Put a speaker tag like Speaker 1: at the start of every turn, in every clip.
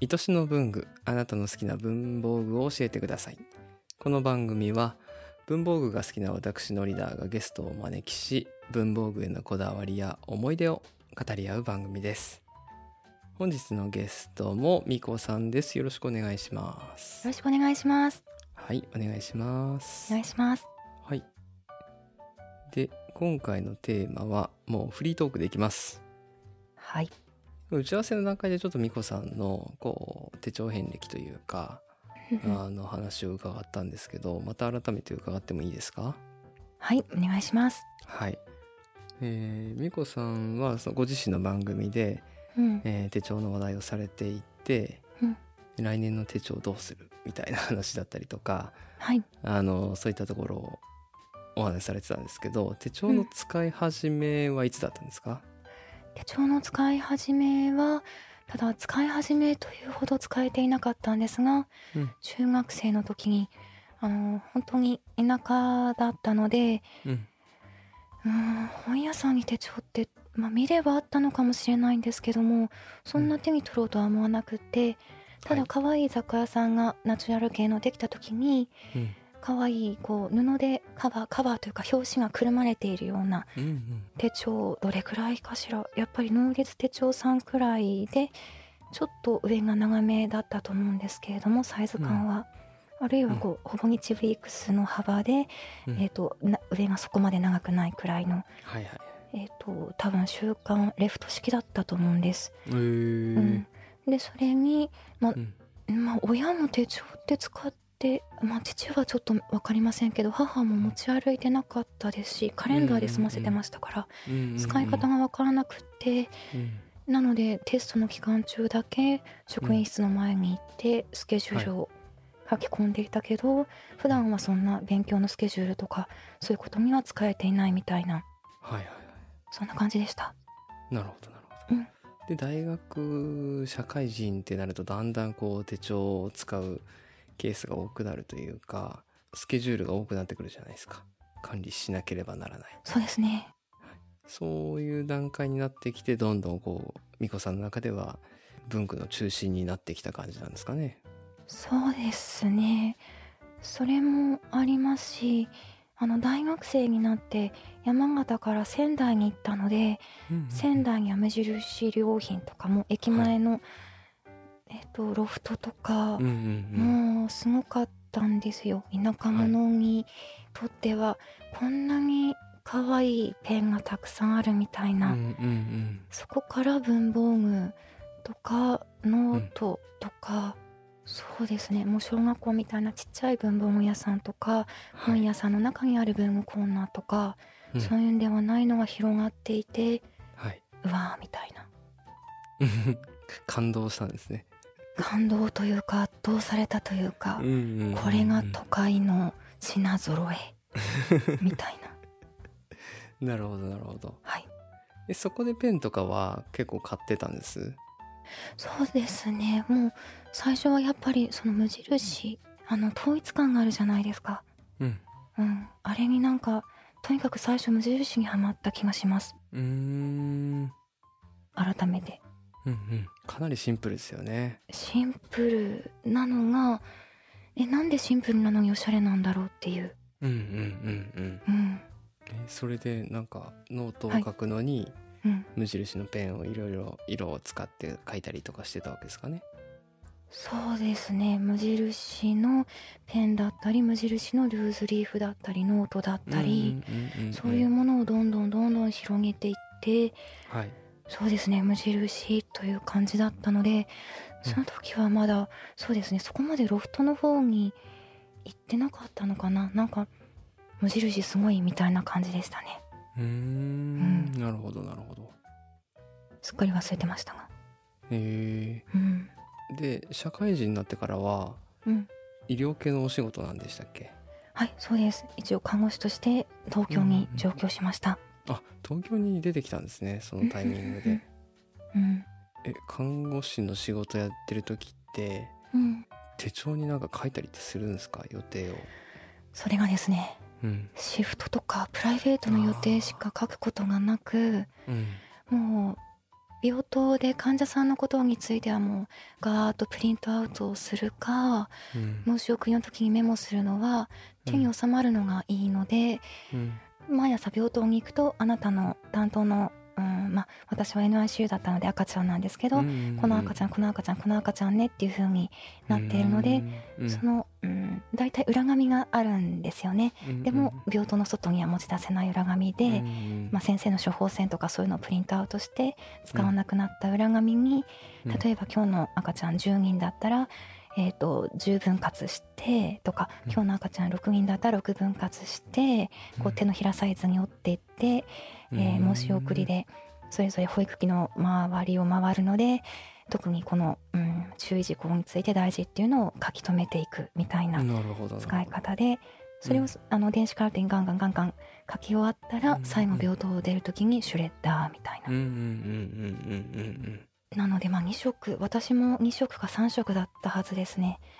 Speaker 1: 愛しの文具あなたの好きな文房具を教えてくださいこの番組は文房具が好きな私のリーダーがゲストをお招きし文房具へのこだわりや思い出を語り合う番組です本日のゲストもみこさんですよろしくお願いします
Speaker 2: よろしくお願いします。
Speaker 1: はいお願いします
Speaker 2: お願いします。
Speaker 1: はい。で、今回のテーマは、もうフリートークでいきます。
Speaker 2: はい。
Speaker 1: 打ち合わせの段階でちょっとミコさんの、こう、手帳遍歴というか、あの話を伺ったんですけど、また改めて伺ってもいいですか
Speaker 2: はい、お願いします。
Speaker 1: はい。えー、ミコさんは、そのご自身の番組で、
Speaker 2: うん。
Speaker 1: えー手帳の話題をされていて、
Speaker 2: うん
Speaker 1: 来年の手帳どうするみたいな話だったりとか、
Speaker 2: はい。
Speaker 1: あのそういったところをお話しされてたんですけど手帳の使い始めはいつだったんですか、
Speaker 2: 手帳の使い始めは、ただ使い始めというほど使えていなかったんですが、
Speaker 1: うん
Speaker 2: 中学生の時に、あの、本当に田舎だったので、
Speaker 1: うん
Speaker 2: うーん、本屋さんに手帳って、まあ見ればあったのかもしれないんですけども、そんな手に取ろうとは思わなくて、た
Speaker 1: は
Speaker 2: だ
Speaker 1: い
Speaker 2: 可愛い雑貨屋さんがナチュラル系のできた時に、
Speaker 1: うん
Speaker 2: 可愛いこう布でカバーカバーというか表紙がくるまれているような
Speaker 1: うんうん
Speaker 2: 手帳どれくらいかしらやっぱり能月手帳さんくらいでちょっと上が長めだったと思うんですけれどもサイズ感は、あるいはこう、ほぼ日ウィークスの幅で、
Speaker 1: うん
Speaker 2: えー、とな上がそこまで長くないくらいの、
Speaker 1: はいはい
Speaker 2: えー、と多分週刊レフト式だったと思うんです。
Speaker 1: へー
Speaker 2: うんでそれに、まあ
Speaker 1: うん
Speaker 2: まあ、親も手帳って使って、まあ、父はちょっと分かりませんけど母も持ち歩いてなかったですしカレンダーで済ませてましたから、
Speaker 1: うんうんうん
Speaker 2: 使い方が分からなくって、
Speaker 1: うん
Speaker 2: なのでテストの期間中だけ職員室の前に行ってスケジュールを書き込んでいたけど、普段はそんな勉強のスケジュールとかそういうことには使えていないみたいな
Speaker 1: はいはいは
Speaker 2: そんな感じでした。
Speaker 1: いなるほどなるほど、
Speaker 2: うん
Speaker 1: で大学社会人ってなるとだんだんこう手帳を使うケースが多くなるというかスケジュールが多くなってくるじゃないですか管理しなければならない
Speaker 2: そうですね
Speaker 1: そういう段階になってきて、どんどんこう、ミコさんの中では文具の中心になってきた感じなんですかね。
Speaker 2: そうですねそれもありますしあの大学生になって山形から仙台に行ったので、仙台には目印良品とかも駅前の、えっとロフトとか
Speaker 1: うん、うん
Speaker 2: もうすごかったんですよ田舎者にとっては、こんなに可愛いペンがたくさんあるみたい
Speaker 1: うん。
Speaker 2: な、
Speaker 1: うんうん
Speaker 2: そこから文房具とかノートとか、そうですねもう小学校みたいなちっちゃい文房具屋さんとか、
Speaker 1: はい
Speaker 2: 本屋さんの中にある文具コーナーとか、
Speaker 1: うん。
Speaker 2: そういうんではないのが広がっていて
Speaker 1: はい。
Speaker 2: うわーみたいな
Speaker 1: 感動したんですね。
Speaker 2: 感動というか圧倒されたというか、こ
Speaker 1: こ
Speaker 2: れが都会の品揃 えみたいな
Speaker 1: なるほど、なるほど。
Speaker 2: はい
Speaker 1: え、そこでペンとかは結構買ってたんです。
Speaker 2: そうですねもう最初はやっぱりその無印あの統一感があるじゃないですか
Speaker 1: うん。
Speaker 2: うん、あれになんかとにかく最初無印にはまった気がします
Speaker 1: うーん。
Speaker 2: 改めて
Speaker 1: うんうん。かなりシンプルですよね。
Speaker 2: シンプルなのがえなんでシンプルなのにおしゃれなんだろうっていう、
Speaker 1: うんうんうんうん。
Speaker 2: うん
Speaker 1: えそれでなんかノートを書くのに、
Speaker 2: うん、
Speaker 1: 無印のペンをいろいろ色を使って書いたりとかしてたわけですかね。
Speaker 2: そうですね無印のペンだったり無印のルーズリーフだったりノートだったり、
Speaker 1: うんんんん
Speaker 2: そういうものをどんどんどんどん広げていって
Speaker 1: はい。
Speaker 2: そうですね無印という感じだったので
Speaker 1: うん
Speaker 2: その時はまだ、そうですねそこまでロフトの方に行ってなかったのかななんか無印すごいみたいな感じでしたね
Speaker 1: うーん。なるほどなるほど。
Speaker 2: すっかり忘れてましたが
Speaker 1: え
Speaker 2: うん
Speaker 1: ー、で社会人になってからは
Speaker 2: うん
Speaker 1: 医療系のお仕事なんでしたっけ？
Speaker 2: はいそうです一応看護師として東京に上京しました
Speaker 1: あ東京に出てきたんですねそのタイミングで。
Speaker 2: うん
Speaker 1: え看護師の仕事やってる時って
Speaker 2: うん
Speaker 1: 手帳になんか書いたりってするんですか予定を？
Speaker 2: それがですね
Speaker 1: うん
Speaker 2: シフトとかプライベートの予定しか書くことがなく
Speaker 1: うん
Speaker 2: もう病棟で患者さんのことについてはもうガーッとプリントアウトをするか
Speaker 1: うん
Speaker 2: 申し送りの時にメモするのは手に収まるのがいいので、
Speaker 1: うん
Speaker 2: 毎朝病棟に行くとあなたの担当の、うんまあ、私は NICU だったので赤ちゃんなんですけど、
Speaker 1: うん
Speaker 2: この赤ちゃんこの赤ちゃんこの赤ちゃんねっていう風になっているので、、
Speaker 1: うん
Speaker 2: そ、の、うん、大体裏紙があるんですよね。
Speaker 1: うん
Speaker 2: でも、病棟の外には持ち出せない裏紙で、まあ、先生の処方箋とかそういうのをプリントアウトして使わなくなった裏紙に、
Speaker 1: うん
Speaker 2: 例えば今日の赤ちゃん10人だったら、えー、と10分割してとか、
Speaker 1: うん
Speaker 2: 今日の赤ちゃん6人だったら6分割して、こう手のひらサイズに折っていって、えー申し送りでそれぞれ保育器の周りを回るので特にこの、うん、注意事項について大事っていうのを書き留めていくみたいな
Speaker 1: なるほど
Speaker 2: 使い方でそれを、
Speaker 1: うん
Speaker 2: あの電子カルテにガンガンガンガン書き終わったら、
Speaker 1: うん
Speaker 2: 最後病棟を出る時にシュレッダーみたいな、
Speaker 1: うんうんうん
Speaker 2: なのでまあ2色私も2色か3色だったはずですね、
Speaker 1: うんうんうん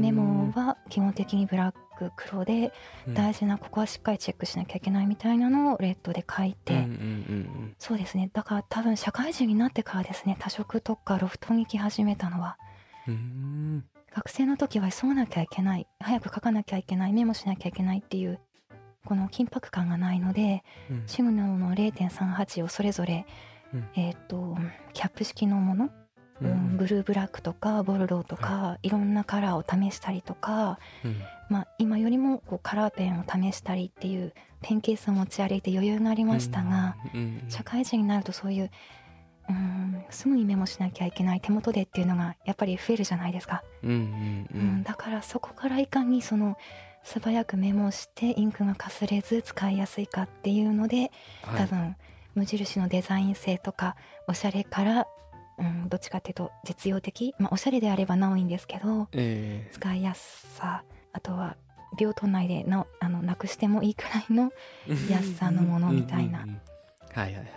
Speaker 2: メモは基本的にブラック黒で、大事なここはしっかりチェックしなきゃいけないみたいなのをレッドで書いて、
Speaker 1: うんうんうん
Speaker 2: そうですねだから多分社会人になってからですね多色とかロフトに来始めたのは
Speaker 1: うんうん
Speaker 2: 学生の時はそうなきゃいけない早く書かなきゃいけないメモしなきゃいけないっていうこの緊迫感がないので
Speaker 1: うん
Speaker 2: シグナルの0.38をそれぞれ、
Speaker 1: うん
Speaker 2: えっ、とキャップ式のもの、
Speaker 1: う
Speaker 2: うん
Speaker 1: ん
Speaker 2: ブルーブラックとかボルドーとか、い、ろんなカラーを試したりとか、
Speaker 1: うん
Speaker 2: まあ、今よりもこうカラーペンを試したりっていうペンケースを持ち歩いて余裕がありましたが、、
Speaker 1: うんうんうん
Speaker 2: 社会人になるとそういううんすぐにメモしなきゃいけない手元でっていうのがやっぱり増えるじゃないですか。
Speaker 1: うんう
Speaker 2: うん
Speaker 1: うん
Speaker 2: ん、だからそこからいかにその素早くメモしてインクがかすれず使いやすいかっていうので、
Speaker 1: はい
Speaker 2: 多分無印のデザイン性とかおしゃれから、うん、どっちかっていうと実用的、まあ、おしゃれであればなおいいんですけど
Speaker 1: え
Speaker 2: 使いやすさあとは病棟内でなおあのなくしてもいいくらいの
Speaker 1: え
Speaker 2: 安さのものみたい
Speaker 1: う
Speaker 2: な
Speaker 1: んうんうんはいはいはい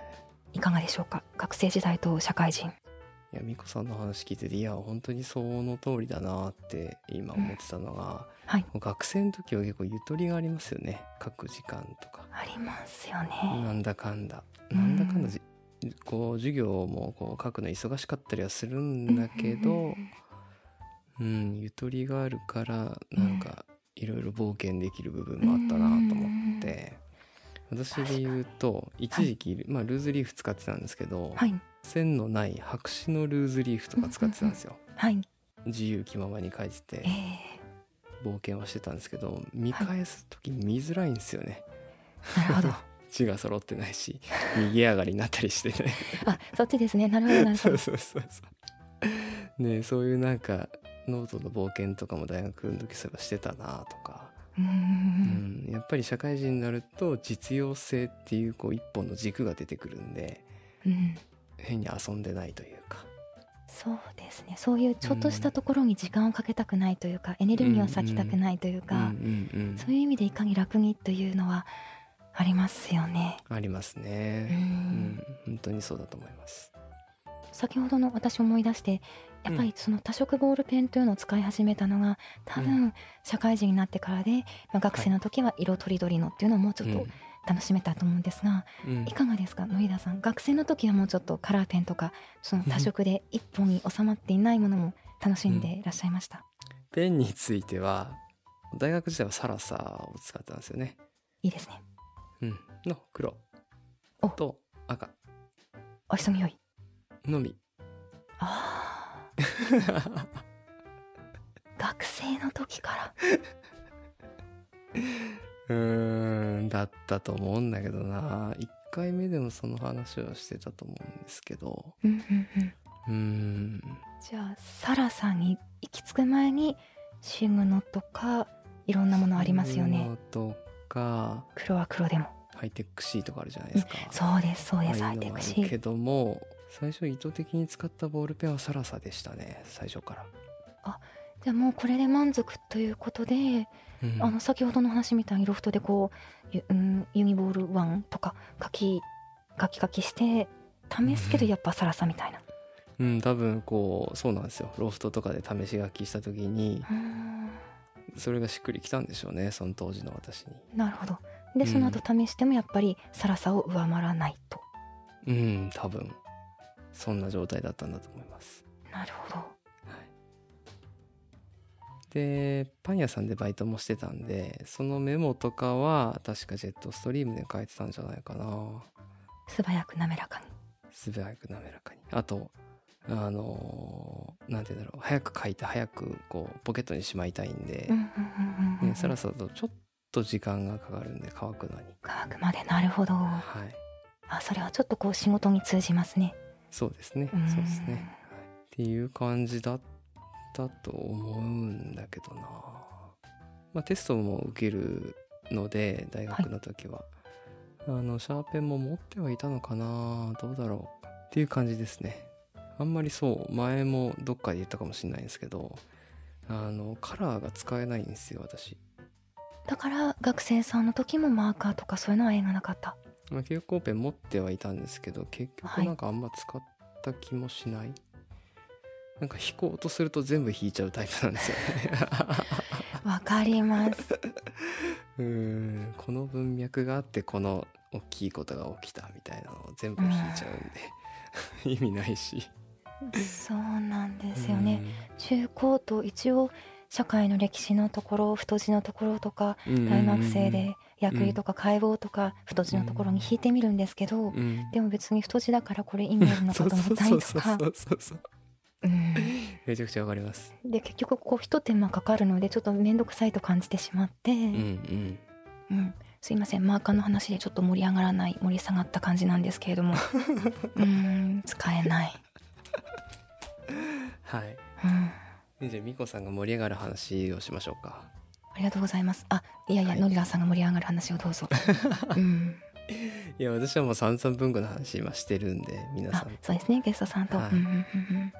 Speaker 2: いかがでしょうか学生時代と社会人
Speaker 1: いや美子さんの話聞いてていや本当にその通りだなって今思ってたのが、
Speaker 2: はい
Speaker 1: もう学生の時は結構ゆとりがありますよね書く時間とか
Speaker 2: ありますよね。
Speaker 1: なんだかんだ
Speaker 2: うん
Speaker 1: なんだかんだじ、こう授業もこう書くの忙しかったりはするんだけど、うん、ゆとりがあるからなんかいろいろ冒険できる部分もあったなと思って、私で言うと一時期、まあ、ルーズリーフ使ってたんですけど、
Speaker 2: はい
Speaker 1: 線のない白紙のルーズリーフとか使ってたんですよ。
Speaker 2: はい
Speaker 1: 自由気ままに書いて
Speaker 2: え
Speaker 1: て
Speaker 2: ー
Speaker 1: 冒険はしてたんですけど見返す時見づらいんですよね、
Speaker 2: なるほ ど
Speaker 1: 字が揃ってないし右上がりになったりしてね
Speaker 2: あそっちですねなるほどなる ほ
Speaker 1: そう
Speaker 2: ど
Speaker 1: そうそうそう。ねえそういうなんかノートの冒険とかも大学の時そういえばしてたなとか、
Speaker 2: うーん
Speaker 1: うんやっぱり社会人になると実用性っていうこう一本の軸が出てくるんで
Speaker 2: うん
Speaker 1: 変に遊んでないというか。
Speaker 2: そうですねそういうちょっとしたところに時間をかけたくないというか、エネルギーを割きたくないというか、
Speaker 1: うんうんうん
Speaker 2: そういう意味でいかに楽にというのはありますよね。
Speaker 1: あります
Speaker 2: う
Speaker 1: ね、うん
Speaker 2: ん
Speaker 1: 本当にそうだと思います。
Speaker 2: 先ほどの私思い出してやっぱりその多色ボールペンというのを使い始めたのが多
Speaker 1: う
Speaker 2: 分社会人になってからで、まあ、学生の時は色とりどりのっていうのをもうちょっと楽しめたと思うんですが、
Speaker 1: うんうん
Speaker 2: いかがですか野井田さん学生の時はもうちょっとカラーペンとかその多色で一本に収まっていないものも楽しんでいらっしゃいました、
Speaker 1: ペンについては大学時代はサラサを使ってたんですよね。
Speaker 2: いいですね
Speaker 1: うん、の黒
Speaker 2: お
Speaker 1: と赤
Speaker 2: お急ぎよい
Speaker 1: のみ。
Speaker 2: ああ学生の時から
Speaker 1: うーんだったと思うんだけどな1回目でもその話をしてたと思うんですけど
Speaker 2: うんうんうん
Speaker 1: うーん
Speaker 2: じゃあサラさんに行き着く前にシグノとかいろんなものありますよ
Speaker 1: そういう
Speaker 2: ね
Speaker 1: のとか
Speaker 2: 黒は黒でも
Speaker 1: ハイテクシーとかあるじゃないですか、
Speaker 2: そうですそうです
Speaker 1: あ
Speaker 2: ハ
Speaker 1: あい
Speaker 2: イ
Speaker 1: う
Speaker 2: テ
Speaker 1: のも
Speaker 2: ク
Speaker 1: あ
Speaker 2: シ
Speaker 1: るけ
Speaker 2: ー
Speaker 1: ども最初意図的に使ったボールペンはサラサでしたね最初から、
Speaker 2: じゃあもうこれで満足ということで
Speaker 1: うん
Speaker 2: あの先ほどの話みたいにロフトでこうユ,、うん、ユニボール1とか書き書き書きして試すけどやっぱサラさみたいな
Speaker 1: うん多分こうそうなんですよロフトとかで試し書きした時に
Speaker 2: うーん
Speaker 1: それがしっくりきたんでしょうねその当時の私に
Speaker 2: なるほど
Speaker 1: うん
Speaker 2: でその後試してもやっぱりサラさを上回らないと
Speaker 1: うん多分そんな状態だったんだと思います。
Speaker 2: なるほど
Speaker 1: はい、でパン屋さんでバイトもしてたんでそのメモとかは確かジェットストリームで書いてたんじゃないかな
Speaker 2: 素早く滑らかに
Speaker 1: 素早く滑らかにあとあのーなんて言うんだろう早く書いて早くこうポケットにしまいたいんで
Speaker 2: う、んうんうんうんうん
Speaker 1: ね、さらさらとちょっと時間がかかるんで乾くのに
Speaker 2: 乾くまでなるほどあ
Speaker 1: はい
Speaker 2: それはちょっとこう仕事に通じますね
Speaker 1: そうですね
Speaker 2: うん
Speaker 1: そうですね、はい、っていう感じだったと思うんだけどなまあテストも受けるので大学の時は、あのシャーペンも持ってはいたのかなどうだろうっていう感じですねあんまりそう前もどっかで言ったかもしれないんですけどあのカラーが使えないんですよ私
Speaker 2: だから学生さんの時もマーカーとかそういうのは縁がなかった
Speaker 1: まあ、蛍光ペン持ってはいたんですけど結
Speaker 2: は
Speaker 1: 局
Speaker 2: い
Speaker 1: なんかあんま使った気もしない、なんか引こうとすると全部引いちゃうタイプなんですよね
Speaker 2: わかり ます
Speaker 1: うーんこの文脈があってこの大きいことが起きたみたいなのを全部引いちゃうんで意味ないし
Speaker 2: そうなんですよね中高と一応社会の歴史のところ太字のところとか
Speaker 1: うん
Speaker 2: 大学生で薬理とか解剖とか太字のところに引いてみるんですけ
Speaker 1: う
Speaker 2: ど
Speaker 1: んうん
Speaker 2: でも別に太字だからこれ意味あるの
Speaker 1: そ
Speaker 2: か
Speaker 1: う
Speaker 2: と思
Speaker 1: そ
Speaker 2: っ
Speaker 1: う
Speaker 2: た
Speaker 1: そ
Speaker 2: り
Speaker 1: う
Speaker 2: と
Speaker 1: そう
Speaker 2: か
Speaker 1: そうそうそう
Speaker 2: うん
Speaker 1: めちゃくちゃわかります
Speaker 2: で結局こう一手間かかるのでちょっと面倒くさいと感じてしまって、
Speaker 1: うんうん
Speaker 2: うん、すいませんマーカーの話でちょっと盛り上がらない盛り下がった感じなんですけれ どもうーん使えない、
Speaker 1: はい
Speaker 2: うん、あ
Speaker 1: でじゃあ美子さんが盛り上がる話をしましょうか
Speaker 2: りがとうございますあいやいや、
Speaker 1: はい
Speaker 2: ノリラーさんが盛り上がる話をどう ぞ、うん、
Speaker 1: いや私はもう散々文具の話今してるんで皆さ
Speaker 2: あ
Speaker 1: ん
Speaker 2: そうですねゲストさんと、
Speaker 1: はい
Speaker 2: うんうんうん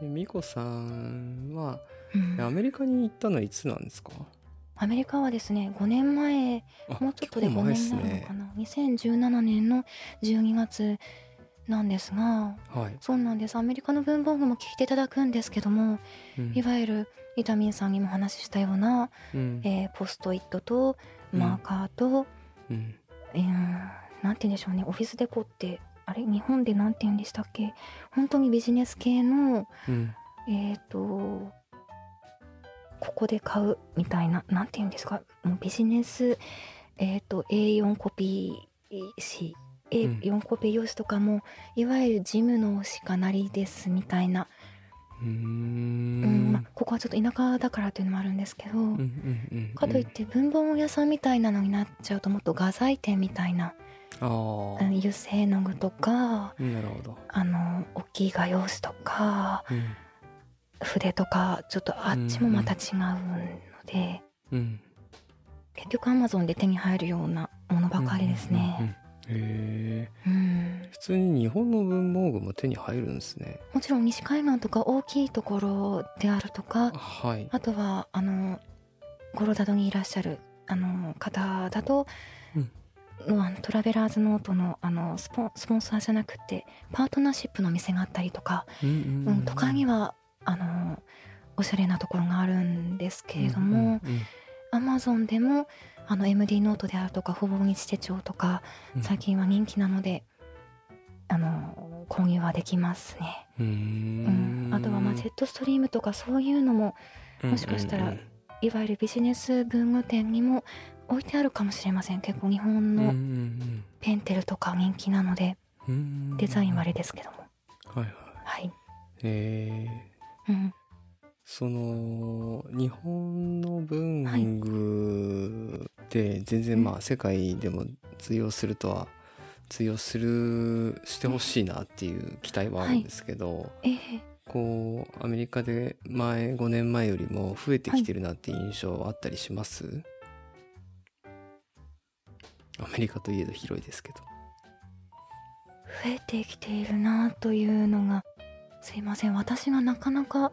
Speaker 1: で美子さんは
Speaker 2: うんう
Speaker 1: ア
Speaker 2: ん、
Speaker 1: メリカに行ったのはいつなんですか
Speaker 2: アメリカはですね5年前
Speaker 1: あ
Speaker 2: もうちょっとで
Speaker 1: 結構
Speaker 2: 5
Speaker 1: 前っ
Speaker 2: 年
Speaker 1: す
Speaker 2: になるの
Speaker 1: ね
Speaker 2: かな、2017年の12月なんですが
Speaker 1: はい、
Speaker 2: そうなんですアメリカの文房具も聞いていただくんですけども
Speaker 1: うん
Speaker 2: いわゆるイタミンさんにもお話ししたような
Speaker 1: うん
Speaker 2: えーポストイットとマーカーと、
Speaker 1: うん
Speaker 2: えーなんて言うんでしょうねオフィスデコってあれ日本でなんて言うんでしたっけ本当にビジネス系の
Speaker 1: うん
Speaker 2: えっ、とここで買うみたいななんて言うんですかもうビジネスえっ、と A4 コピー紙
Speaker 1: ん
Speaker 2: A4 コピー用紙とかもいわゆるジムのしかなりですみたいな、
Speaker 1: うー
Speaker 2: うん
Speaker 1: ん
Speaker 2: まあ、ここはちょっと田舎だからというのもあるんですけど、
Speaker 1: うんうんうんうん
Speaker 2: かといって文房具屋さんみたいなのになっちゃうともっと画材店みたいな
Speaker 1: ああ
Speaker 2: あの油性の具とか
Speaker 1: なるほど、
Speaker 2: あの大きい画用紙とか
Speaker 1: うん
Speaker 2: 筆とかちょっとあっちもまた違うので、
Speaker 1: うん、
Speaker 2: 結局アマゾンで手に入るようなものばかりですね。
Speaker 1: うんうんうんうんへえ
Speaker 2: うん
Speaker 1: 普通に日本の文房具も手に入るんですね
Speaker 2: もちろん西海岸とか大きいところであるとか
Speaker 1: はい
Speaker 2: あとはあのコロラドにいらっしゃるあの方だと、
Speaker 1: うん
Speaker 2: のあのトラベラーズノートのあのスポンスポンサーじゃなくてパートナーシップの店があったりとか、
Speaker 1: うん
Speaker 2: うん都会にはあのおしゃれなところがあるんですけれども、
Speaker 1: うんうんうん
Speaker 2: アマゾンでもあの MD ノートであるとかほぼ日手帳とか
Speaker 1: うん
Speaker 2: 最近は人気なので、あの購入はできますね、
Speaker 1: うー
Speaker 2: うん
Speaker 1: ん
Speaker 2: あとはまあジェットストリームとかそういうのももしかしたら
Speaker 1: うん
Speaker 2: いわゆるビジネス文具店にも置いてあるかもしれません結構日本
Speaker 1: うんうんうん
Speaker 2: のペンテルとか人気なので
Speaker 1: うんうん
Speaker 2: デザインはあ
Speaker 1: はい
Speaker 2: れですけども
Speaker 1: はい
Speaker 2: はい、
Speaker 1: へえ
Speaker 2: うん、
Speaker 1: その日本の文具って全然まあ世界でも通用するとは通用するしてほしいなっていう期待はあるんですけど、
Speaker 2: ええ
Speaker 1: こうアメリカで前5年前よりも増えてきてるなって印象はあったりします、アメリカといえど広いですけど。
Speaker 2: 増えてきているなというのがすいません私がなかなか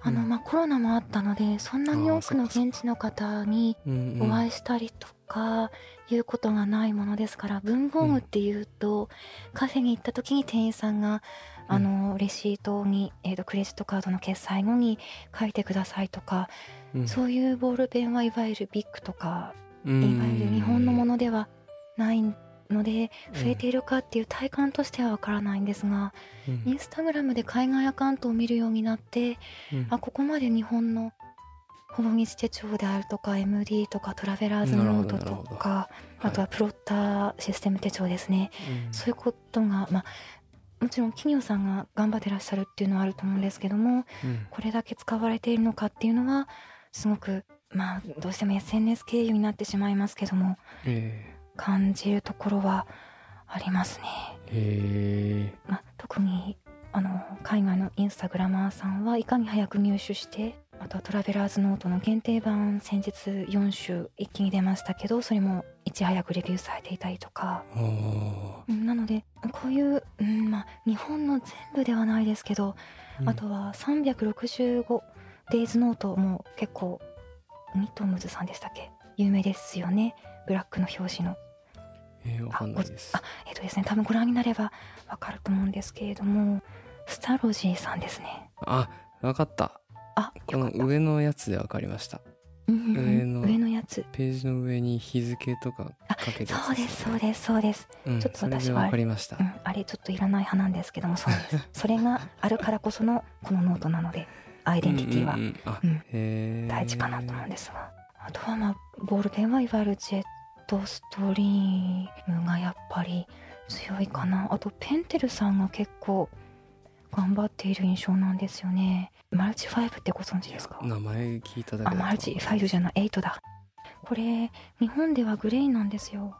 Speaker 2: あの、
Speaker 1: うん
Speaker 2: まあ、コロナもあったのでそんなに
Speaker 1: あー
Speaker 2: 多く
Speaker 1: そ
Speaker 2: の
Speaker 1: っかそっか
Speaker 2: 現地の方に
Speaker 1: うんうん
Speaker 2: お会いしたりとかいうことがないものですから文房具っていうとカフェに行った時に店員さんが
Speaker 1: うん
Speaker 2: あのレシートに、えー、とクレジットカードの決済後に書いてくださいとか、
Speaker 1: うん
Speaker 2: そういうボールペンはいわゆるビッグとか、
Speaker 1: うん
Speaker 2: いわゆる日本のものではないんので増えているかっていう体感としてはわからないんですが、
Speaker 1: うん
Speaker 2: インスタグラムで海外アカウントを見るようになって
Speaker 1: うん
Speaker 2: あここまで日本のほぼ日手帳であるとか MD とかトラベラーズ
Speaker 1: なるほ
Speaker 2: ノー
Speaker 1: ど
Speaker 2: ト
Speaker 1: なる
Speaker 2: と
Speaker 1: ほど
Speaker 2: かあとはプロッターシステム手帳ですね、
Speaker 1: うん
Speaker 2: そういうことが、まあ、もちろん企業さんが頑張ってらっしゃるっていうのはあると思うんですけども
Speaker 1: うん
Speaker 2: これだけ使われているのかっていうのはすごく、まあ、どうしても SNS 経由になってしまいますけども
Speaker 1: え
Speaker 2: 感じるところはありますね。
Speaker 1: えへ
Speaker 2: まあ、特にあの海外のインスタグラマーさんはいかに早く入手してあとはトラベラーズノートの限定版先日4種一気に出ましたけどそれもいち早くレビューされていたりとか
Speaker 1: えあ
Speaker 2: うんなのでこういう、うんまあ、日本の全部ではないですけど、
Speaker 1: ーうん
Speaker 2: あとは365デイズノートも結構ニトムズさんでしたっけ有名ですよねブラックの表紙の
Speaker 1: ええわかんないです
Speaker 2: あえっ、とですね多分ご覧になればわかると思うんですけれどもスタロジーさんですね
Speaker 1: あわかった
Speaker 2: あ
Speaker 1: こ
Speaker 2: よか
Speaker 1: の
Speaker 2: った
Speaker 1: 上のやつでわかりました
Speaker 2: うんうんうん
Speaker 1: 上の
Speaker 2: 上のやつ
Speaker 1: ページの上に日付とかかけて
Speaker 2: そうですそうですそうです、
Speaker 1: うん、
Speaker 2: ちょっと
Speaker 1: それ
Speaker 2: 私
Speaker 1: で
Speaker 2: は
Speaker 1: わかりました、
Speaker 2: うん、あれちょっといらない派なんですけどもそうです それがあるからこそのこのノートなのでアイデンティティは
Speaker 1: うんうんうんあ
Speaker 2: うん
Speaker 1: へえ
Speaker 2: 大事かなと思うんですが、あとはまあボールペンはいわゆるジェットストリームがやっぱり強いかなあとペンテルさんが結構頑張っている印象なんですよねマルチファイブってご存知ですか
Speaker 1: 名前聞いただけだ
Speaker 2: あ
Speaker 1: と
Speaker 2: マルチファイブじゃないエイトだこれ日本ではグレーなんですよ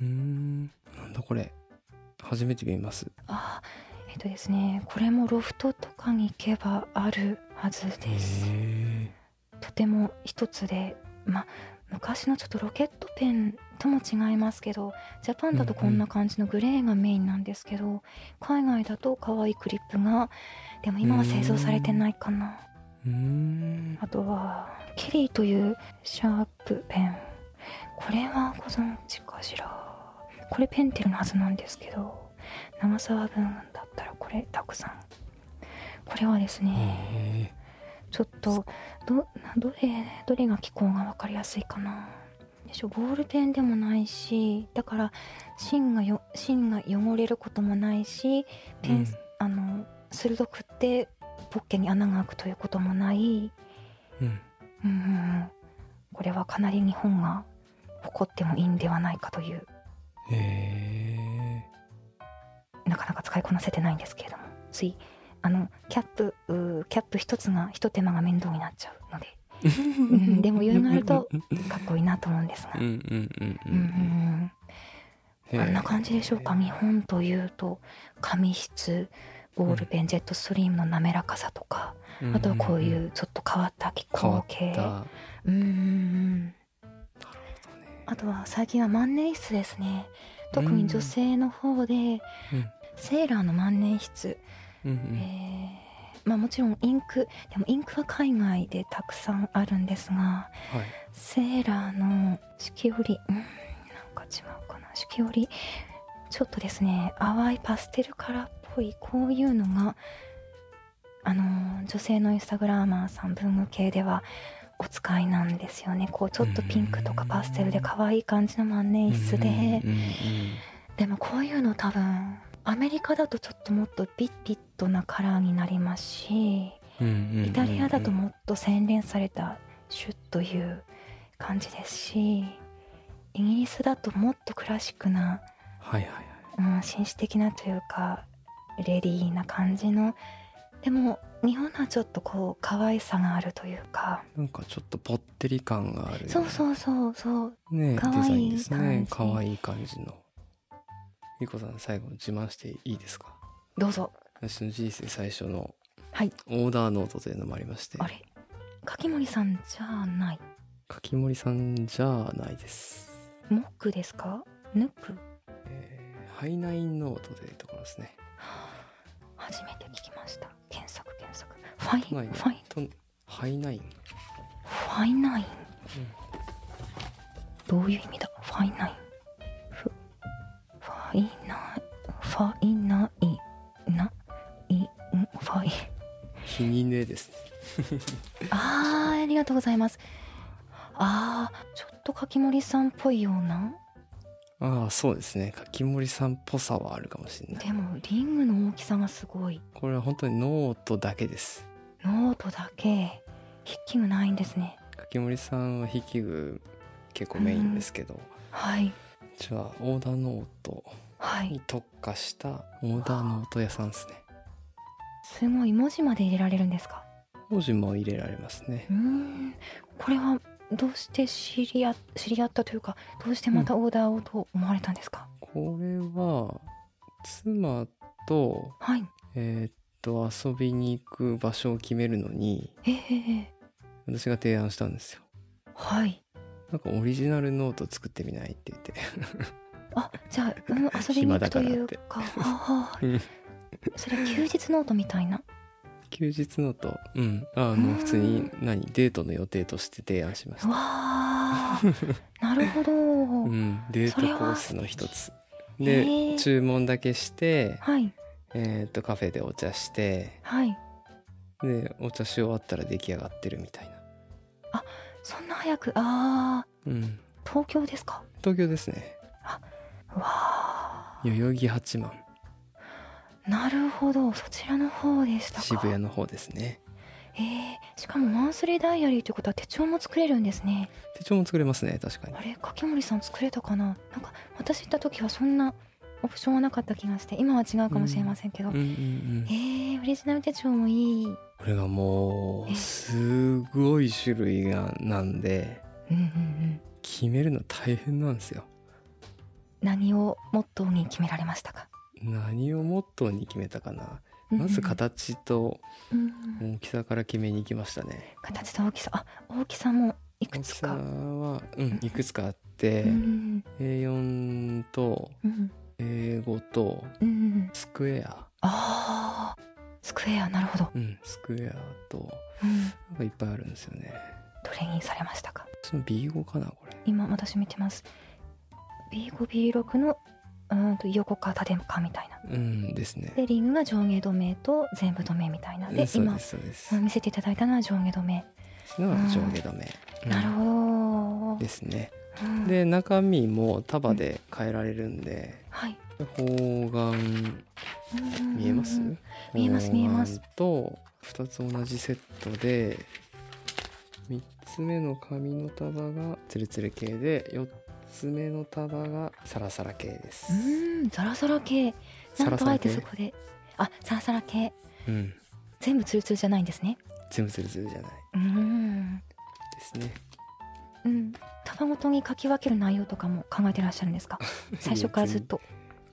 Speaker 1: うーんなんだこれ初めて見ます
Speaker 2: あえっとですねこれもロフトとかに行けばあるはずです
Speaker 1: へ
Speaker 2: とても一つでまあ昔のちょっとロケットペンとも違いますけどジャパンだとこんな感じのグレーがメインなんですけど、海外だと可愛いクリップがでも今は製造されてないかな
Speaker 1: えうーん
Speaker 2: あとはケリーというシャープペンこれはご存知かしらこれペンテルのはずなんですけど長沢文だったらこれたくさんこれはですね、
Speaker 1: へえ
Speaker 2: ちょっとどなどれどれが気候が分かりやすいかなでしょボールペンでもないしだから芯がよ芯が汚れることもないしペ
Speaker 1: う
Speaker 2: ン、
Speaker 1: ん
Speaker 2: あの鋭くってポッケに穴が開くということもない、
Speaker 1: うん
Speaker 2: うんうんうん、これはかなり日本が誇ってもいいんではないかという
Speaker 1: へえ
Speaker 2: なかなか使いこなせてないんですけれどもついあのキャップうーキャップ一つが一手間が面倒になっちゃうので、うん、でも余裕があるとかっこいいなと思うんですが
Speaker 1: うんう。んうん
Speaker 2: う
Speaker 1: うん
Speaker 2: うん
Speaker 1: ん
Speaker 2: うん、こんな感じでしょうか日本というと紙質ボールペンジェットストリームの滑らかさとか、あとはこういうちょっと変わった気
Speaker 1: 変わ
Speaker 2: 候
Speaker 1: っ
Speaker 2: 系
Speaker 1: た
Speaker 2: うんうんうんあとは最近は万年筆ですね特に女性の方で、セーラーの万年筆、
Speaker 1: うんうん
Speaker 2: えーまあ、もちろんインクでもインクは海外でたくさんあるんですが
Speaker 1: はい
Speaker 2: セーラーの四季折うんなんか違うかな四季折ちょっとですね淡いパステルカラーっぽいこういうのがあのー女性のインスタグラマーさん文具系ではお使いなんですよねこうちょっとピンクとかパステルで可愛い感じの万年筆で、
Speaker 1: うんうん
Speaker 2: でもこういうの多分アメリカだとちょっともっとビッビッドなカラーになりますし
Speaker 1: うんうんうん
Speaker 2: イタリアだともっと洗練されたシュッという感じですしイギリスだともっとクラシックな、
Speaker 1: はいはいはい
Speaker 2: うん、紳士的なというかレディーな感じのでも日本のはちょっとこう可愛さがあるというか
Speaker 1: なんかちょっとぽってり感がある
Speaker 2: そうそうそうそう
Speaker 1: うねデ
Speaker 2: 可愛い
Speaker 1: ザインですね
Speaker 2: 感じ
Speaker 1: 可愛い感じのみこさん最後自慢していいですか
Speaker 2: どうぞ
Speaker 1: 私の人生最初の
Speaker 2: はい
Speaker 1: オーダーノートというのもありまして
Speaker 2: あれ柿森さんじゃない
Speaker 1: 柿森さんじゃないです、
Speaker 2: モックですかヌック
Speaker 1: えー、ハイナインノートというところですね
Speaker 2: 初めて聞きました検索検索ファ
Speaker 1: 都内
Speaker 2: イン
Speaker 1: の
Speaker 2: ファイン
Speaker 1: とハイナイン
Speaker 2: ファイナイン、どういう意味だファイナインフファイナイファイナイないんファイ
Speaker 1: 日にねですね
Speaker 2: あーありがとうございますあーちょっと柿森さんっぽいような
Speaker 1: ああそうですねかき森さんっぽさはあるかもしれない
Speaker 2: でもリングの大きさがすごい
Speaker 1: これは本当にノートだけです
Speaker 2: ノートだけ筆記具ないんですね
Speaker 1: かき森さんは筆記具結構メインですけど、
Speaker 2: はいう
Speaker 1: ちはオーダーノート
Speaker 2: はい
Speaker 1: に特化したオーダーノート屋さんですね
Speaker 2: すごい文字まで入れられるんですか
Speaker 1: 文字も入れられますね
Speaker 2: うーんこれはどうして知り合知り合ったというかどうしてまたオーダーをと思われたんですか、
Speaker 1: これは妻と
Speaker 2: はい
Speaker 1: えーっと遊びに行く場所を決めるのに
Speaker 2: えええ
Speaker 1: 私が提案したんですよ
Speaker 2: えはい
Speaker 1: なんかオリジナルノート作ってみないって言って
Speaker 2: あじゃあ、 うん、遊びに行くというかああ
Speaker 1: うん
Speaker 2: それ休日ノートみたい な
Speaker 1: 休日ノートうんあ
Speaker 2: うん
Speaker 1: の普通に何デートの予定として提案しまし
Speaker 2: う
Speaker 1: た
Speaker 2: わーなるほど、
Speaker 1: うんデートコースの一つで
Speaker 2: へー
Speaker 1: 注文だけして
Speaker 2: はい
Speaker 1: えーっとカフェでお茶して
Speaker 2: はい
Speaker 1: でお茶し終わったら出来上がってるみたいな
Speaker 2: そんな早くああ
Speaker 1: うん
Speaker 2: 東京ですか
Speaker 1: 東京ですね
Speaker 2: うわ
Speaker 1: 代々木八幡
Speaker 2: ーなるほどそちらの方でしたか
Speaker 1: 渋谷の方ですね
Speaker 2: ええしかもマンスリーダイアリーということは手帳も作れるんですね
Speaker 1: 手帳も作れますね確かに
Speaker 2: あれ柿森さん作れたかななんか私行った時はそんなオプションはなかった気がして今は違うかもしれませんけど、
Speaker 1: うんうんうん
Speaker 2: ええオリジナル手帳もいい、
Speaker 1: これがもうすごい種類がなんで
Speaker 2: うんうんうん、
Speaker 1: 決めるの大変なんですよ
Speaker 2: 何をモットーに決められましたか
Speaker 1: 何をモットーに決めたかなまず、形と
Speaker 2: うんうん
Speaker 1: 大きさから決めに行きましたね
Speaker 2: 形と大きさあ大きさもいく
Speaker 1: 大き
Speaker 2: つ
Speaker 1: さ
Speaker 2: か、
Speaker 1: はうんいくつかあっ
Speaker 2: う
Speaker 1: て
Speaker 2: んう
Speaker 1: A4
Speaker 2: ん、
Speaker 1: と
Speaker 2: うん
Speaker 1: 英語と
Speaker 2: うんうん、
Speaker 1: スクエア
Speaker 2: ああスクエアなるほど、
Speaker 1: うんスクエアと
Speaker 2: うん、
Speaker 1: なんかいっぱいあるんですよね
Speaker 2: どれにされましたか
Speaker 1: その B5 かなこれ
Speaker 2: 今私見てます B5B6 のうーんと横か縦かみたいな
Speaker 1: うんですね
Speaker 2: でリングが上下止めと全部止めみたいな
Speaker 1: う
Speaker 2: で
Speaker 1: んそう
Speaker 2: 今
Speaker 1: ですそうです
Speaker 2: うん見せていただいたのは上下止め、
Speaker 1: なので上下止め、うん
Speaker 2: なるほど
Speaker 1: ですね
Speaker 2: うん
Speaker 1: で中身も束で変えられるんで
Speaker 2: はい
Speaker 1: 方眼
Speaker 2: うん
Speaker 1: 見えます
Speaker 2: 見えます見えます
Speaker 1: 方眼と2つ同じセットで3つ目の紙の束がツルツル系で4つ目の束がサラサラ系で
Speaker 2: う
Speaker 1: す、
Speaker 2: んザラザラ系
Speaker 1: サ
Speaker 2: なん
Speaker 1: ラ
Speaker 2: と
Speaker 1: サ
Speaker 2: あえ
Speaker 1: ラ
Speaker 2: て
Speaker 1: 系
Speaker 2: そこであザラザラ系
Speaker 1: うん
Speaker 2: 全部ツルツルじゃないんですね
Speaker 1: 全部ツルツルじゃない
Speaker 2: うん
Speaker 1: ですね
Speaker 2: うん束ごとに書き分ける内容とかも考えてらっしゃるんで すか最初からずっと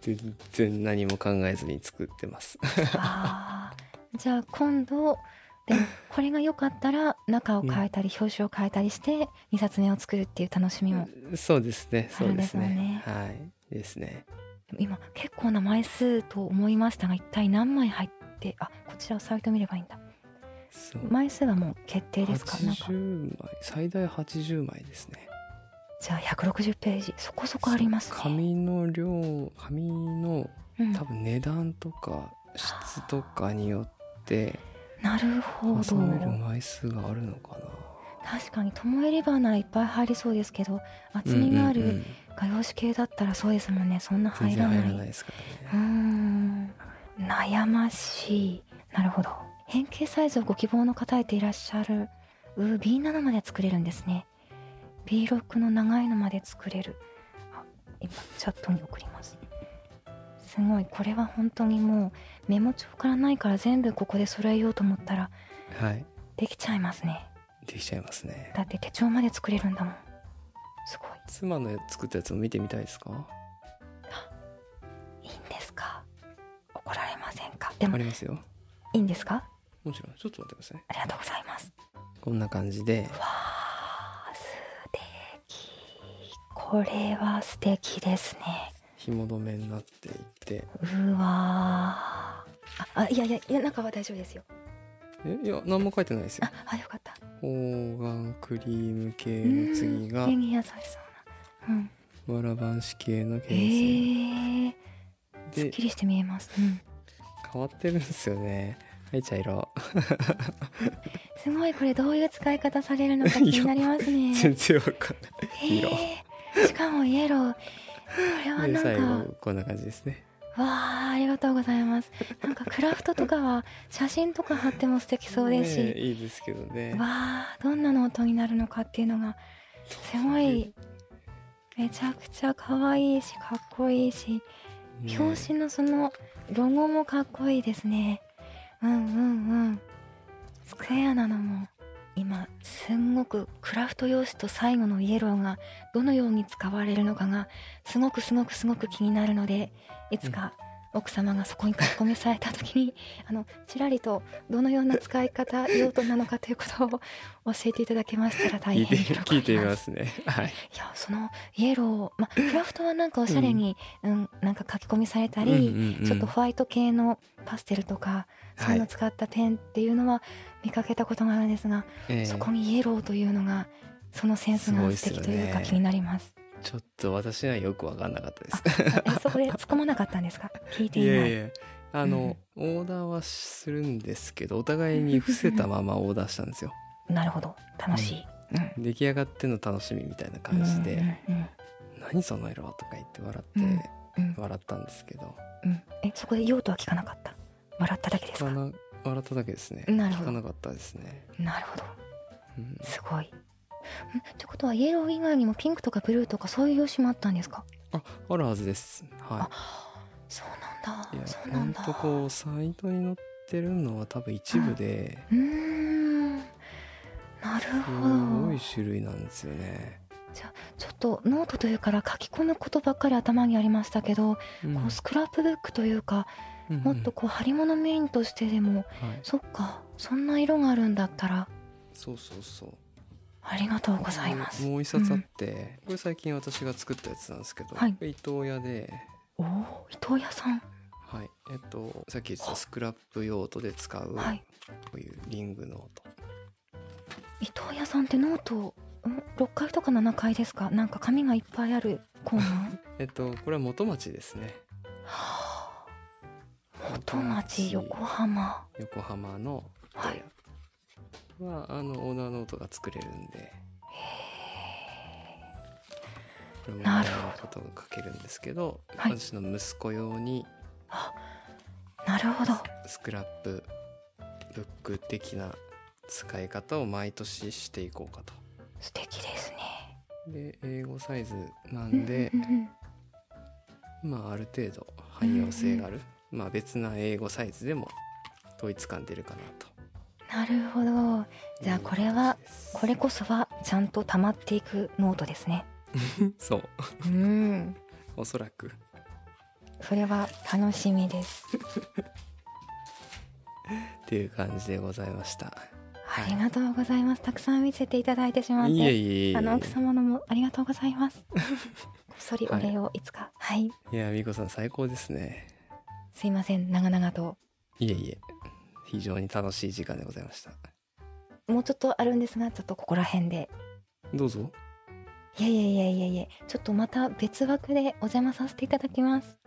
Speaker 1: 全全然何も考えずに作ってます
Speaker 2: あーじゃあ今度でもこれが良かったら中を変えたり表紙を変えたりして2冊目を作るっていう楽しみも
Speaker 1: そうですねそうです
Speaker 2: あるんですよね
Speaker 1: ねはいですね
Speaker 2: でも今結構な枚数と思いましたが一体何枚入ってあこちらをサイト見ればいいんだ
Speaker 1: そう
Speaker 2: 枚数はもう決定ですかなんか
Speaker 1: 80枚最大80枚ですね
Speaker 2: じゃあ160ページそこそこありますね
Speaker 1: 紙の量紙の
Speaker 2: うん
Speaker 1: 多分値段とか質とかによって
Speaker 2: なるほど
Speaker 1: 収める枚数があるのか
Speaker 2: 確かにトモエリバーならいっぱい入りそうですけど
Speaker 1: な
Speaker 2: 厚みがあ
Speaker 1: うんうんう
Speaker 2: る
Speaker 1: ん
Speaker 2: 画用紙系だったらそうですもんねそんな
Speaker 1: 全
Speaker 2: 入
Speaker 1: 然
Speaker 2: ら
Speaker 1: 入
Speaker 2: な
Speaker 1: ら
Speaker 2: い
Speaker 1: ないですから
Speaker 2: うー
Speaker 1: ね
Speaker 2: ん悩ましいなるほど変形サイズをご希望の方へていらっしゃるうー B7 まで作れるんですね B6 の長いのまで作れるあ今チャットに送りますすごいこれは本当にもうメモ帳からないから全部ここで揃えようと思ったら
Speaker 1: はい
Speaker 2: できちゃいますね
Speaker 1: できちゃいますね
Speaker 2: だって手帳まで作れるんだもんすご
Speaker 1: 妻の作ったやつも見てみたいですか
Speaker 2: いいいんですか怒られませんかで
Speaker 1: あ
Speaker 2: もい
Speaker 1: りますよ
Speaker 2: いんですか
Speaker 1: もちろんちょっと待ってください
Speaker 2: ありがとうございます
Speaker 1: こんな感じで
Speaker 2: わあ素敵これは素敵ですね
Speaker 1: 紐止めになっていて
Speaker 2: うわーああいやいやいや中は大丈夫ですよ
Speaker 1: えいや何も書いてないですよ
Speaker 2: ああよかった
Speaker 1: 方眼クリーム系の次が
Speaker 2: うん目に優しそうなうん
Speaker 1: わらばんし系の
Speaker 2: え
Speaker 1: ケー
Speaker 2: ー、
Speaker 1: ス
Speaker 2: すっ
Speaker 1: で
Speaker 2: きりして見えます、うん、
Speaker 1: 変わってるんですよねはい茶色
Speaker 2: すごいこれどういう使い方 されるのか気になりますね
Speaker 1: 全然わかんない
Speaker 2: えーしかもイエローれは
Speaker 1: で
Speaker 2: なん
Speaker 1: 最
Speaker 2: か
Speaker 1: 後こんな感じですね
Speaker 2: わあありがとうございますなんかクラフトとかは写真とか貼っても素敵そうですし、
Speaker 1: ねえいいですけどね
Speaker 2: わあどんなノートになるのかっていうのがすごいめちゃくちゃ可愛いしかっこいいし
Speaker 1: ね
Speaker 2: 表紙のそのロゴもかっこいいですねうんうんうんスクエアなのも今すんごくクラフト用紙と最後のイエローがどのように使われるのかがすごくすごくすごく気になるのでいつか奥様がそこに書き込みされた時にあのちらりとどのような使い方用途なのかということを教えていただけました
Speaker 1: 聞
Speaker 2: ら大
Speaker 1: いて
Speaker 2: 変
Speaker 1: 聞い
Speaker 2: 喜
Speaker 1: て
Speaker 2: び
Speaker 1: み
Speaker 2: ま。
Speaker 1: ますすね はい
Speaker 2: いやそのイエロー、まあ、クラフトはなんかおしゃれに、うんなんか書き込みされたり、
Speaker 1: うんうんうん
Speaker 2: ちょっとホワイト系のパステルとかそういうのを使ったペンっていうのは見かけたことがあるんですが、
Speaker 1: ええ
Speaker 2: そこにイエローというのがそのセンスが素敵というか気になります。
Speaker 1: ちょっと私にはよく分かんなかったです
Speaker 2: えそこで突っ込まなかったんですか聞いてい
Speaker 1: い
Speaker 2: ない
Speaker 1: やいやあの、オーダーはするんですけどお互いに伏せたままオーダーしたんです よ
Speaker 2: なるほど楽しい、うん
Speaker 1: 出来上がっての楽しみみたいな感じで
Speaker 2: うんうん
Speaker 1: 「何その色」とか言って笑って、
Speaker 2: うん
Speaker 1: 笑ったんですけど
Speaker 2: うんうんえそこで用途は聞かなかった笑っただけです
Speaker 1: 聞か
Speaker 2: か
Speaker 1: な笑っただけですね
Speaker 2: なるほど
Speaker 1: 聞かなかったですね、
Speaker 2: なるほど
Speaker 1: うん
Speaker 2: すごいんってことはイエロー以外にもピンクとかブルーとかそういう用紙もあったんですか
Speaker 1: ああるはずですは
Speaker 2: そうな
Speaker 1: い
Speaker 2: ん
Speaker 1: い
Speaker 2: だ
Speaker 1: や
Speaker 2: そう
Speaker 1: ほ
Speaker 2: なん
Speaker 1: ん
Speaker 2: だ
Speaker 1: とこうサイトに載ってるのは多分一部で
Speaker 2: うーんなる
Speaker 1: す
Speaker 2: ほ
Speaker 1: ご
Speaker 2: ど
Speaker 1: い種類なんですよね、
Speaker 2: ちょっとノートというから書き込むことばっかり頭にありましたけど、こうスクラップブックというか
Speaker 1: うん
Speaker 2: もっとこう貼り物メインとしてでも、
Speaker 1: うんはい
Speaker 2: そっかそんな色があるんだったら
Speaker 1: そうそうそう
Speaker 2: ありがとうございます
Speaker 1: もうもう一冊あって、これ最近私が作ったやつなんですけど、
Speaker 2: はい
Speaker 1: これ伊藤屋で、
Speaker 2: おお伊藤屋さん
Speaker 1: はいえっと、さっき言ってたスクラップ用途で使う、
Speaker 2: はい
Speaker 1: こういうリングノート
Speaker 2: 伊藤屋さんってノートん6階とか7階ですかなんか紙がいっぱいあるコーナー
Speaker 1: えっとこれは元町ですね
Speaker 2: はあ元町横浜
Speaker 1: 横浜の伊藤屋は、あのオーダーノートが作れるんでこれもいろん
Speaker 2: な
Speaker 1: な
Speaker 2: る
Speaker 1: こ
Speaker 2: ほど
Speaker 1: とを書けるんですけど
Speaker 2: はい
Speaker 1: 私の息子用に
Speaker 2: なるほど
Speaker 1: スクラップブック的な使い方を毎年していこうかと。
Speaker 2: 素敵ですね
Speaker 1: で英語サイズなんで
Speaker 2: う、んうん
Speaker 1: まあある程度汎用性がある、まあ別な英語サイズでも統一感出るかなと
Speaker 2: なるほどじゃあこれはこれ
Speaker 1: こ
Speaker 2: こそはちゃんと溜まっていくノートですね
Speaker 1: そう
Speaker 2: うん
Speaker 1: おそらく
Speaker 2: それは楽しみです
Speaker 1: っていう感じでございました
Speaker 2: ありがとうございます。たくさん見せていただいてしまって、
Speaker 1: いえいえいえ
Speaker 2: あの奥様のもありがとうござい ます。こっそりお礼をいつか、はい、
Speaker 1: いや美子さん最高ですね
Speaker 2: すいません、長々と。
Speaker 1: いえいえ非常に楽しい時間でございました
Speaker 2: もうちょっとあるんですが、ちょっとここら辺で。
Speaker 1: どうぞ
Speaker 2: いやいやいやいやいや、ちょっとまた別枠でお邪魔させていただきます。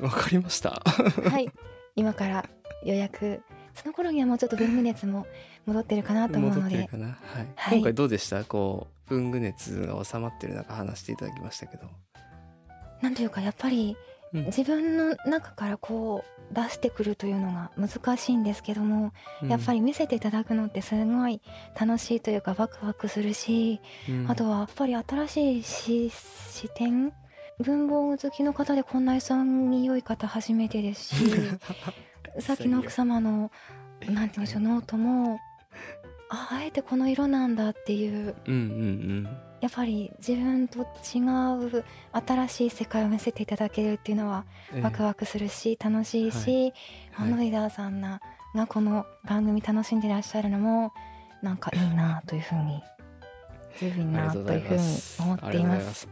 Speaker 1: わかりました
Speaker 2: はい、今から予約。その頃にはもうちょっと文具熱も戻ってるかなと思う
Speaker 1: 戻
Speaker 2: の
Speaker 1: ってる
Speaker 2: で、
Speaker 1: かな、はい
Speaker 2: はい
Speaker 1: 今回どうでしたこう文具熱が収まってる中話していただきましたけど、
Speaker 2: なんというかやっぱり
Speaker 1: うん
Speaker 2: 自分の中からこう出してくるというのが難しいんですけども、やっぱり見せていただくのってすごい楽しいというかワクワクするし、
Speaker 1: うん、うん
Speaker 2: あとはやっぱり新しい視視点文房具好きの方でこんな潔い方初めてですし さっきの奥様のなんて言うんでしょうノートもああえてこの色なんだっていう
Speaker 1: うんうん
Speaker 2: やっぱり自分と違う新しい世界を見せていただけるっていうのは
Speaker 1: うん
Speaker 2: ワクワクするし楽しいし、
Speaker 1: は
Speaker 2: あ
Speaker 1: い
Speaker 2: のリーダーさんながこの番組楽しんでいらっしゃるのもなんかいいなというふうにずるい
Speaker 1: ありが
Speaker 2: な
Speaker 1: と
Speaker 2: と
Speaker 1: うござ
Speaker 2: いう
Speaker 1: い
Speaker 2: ふう
Speaker 1: ま
Speaker 2: に
Speaker 1: す。
Speaker 2: 思
Speaker 1: あ
Speaker 2: っ
Speaker 1: り
Speaker 2: てい
Speaker 1: がとうござ
Speaker 2: ま。
Speaker 1: いますす。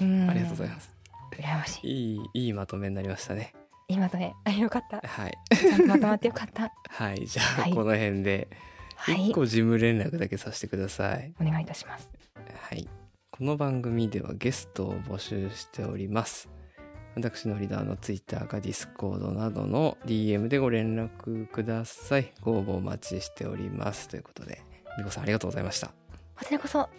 Speaker 2: うん
Speaker 1: ありがとうございます。
Speaker 2: 羨ましい。
Speaker 1: いい、いいまとめになりましたね。
Speaker 2: 今とね、あよかった。
Speaker 1: はい。
Speaker 2: ちゃんとまとまってよかった。
Speaker 1: はい、じゃ
Speaker 2: は
Speaker 1: あ、
Speaker 2: い
Speaker 1: この辺で、
Speaker 2: は
Speaker 1: 一
Speaker 2: い、
Speaker 1: 個事務連絡だけさせてください。
Speaker 2: お願いいたします。
Speaker 1: はい。この番組ではゲストを募集しております。私のリーダーのツイッターかディスコードなどの DM でご連絡ください。ご応募お待ちしております。ということで、みこさんありがとうございました。
Speaker 2: こちらこそ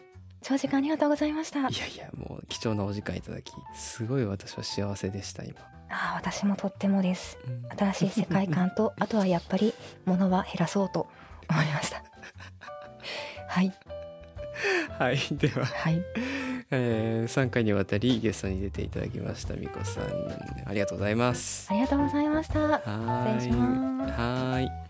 Speaker 2: 長時間ありがとうございましたあ
Speaker 1: いやいやもう貴重なお時間いただきすごい私は幸せでした今、
Speaker 2: あ私もとってもです
Speaker 1: うん
Speaker 2: 新しい世界観とあとはやっぱり物は減らそうと思いましたはい
Speaker 1: はいでは、
Speaker 2: はい
Speaker 1: えー、3回にわたりゲストに出ていただきましたみこさんありがとうございます
Speaker 2: ありがとうございました
Speaker 1: はーい
Speaker 2: 失礼します
Speaker 1: はーい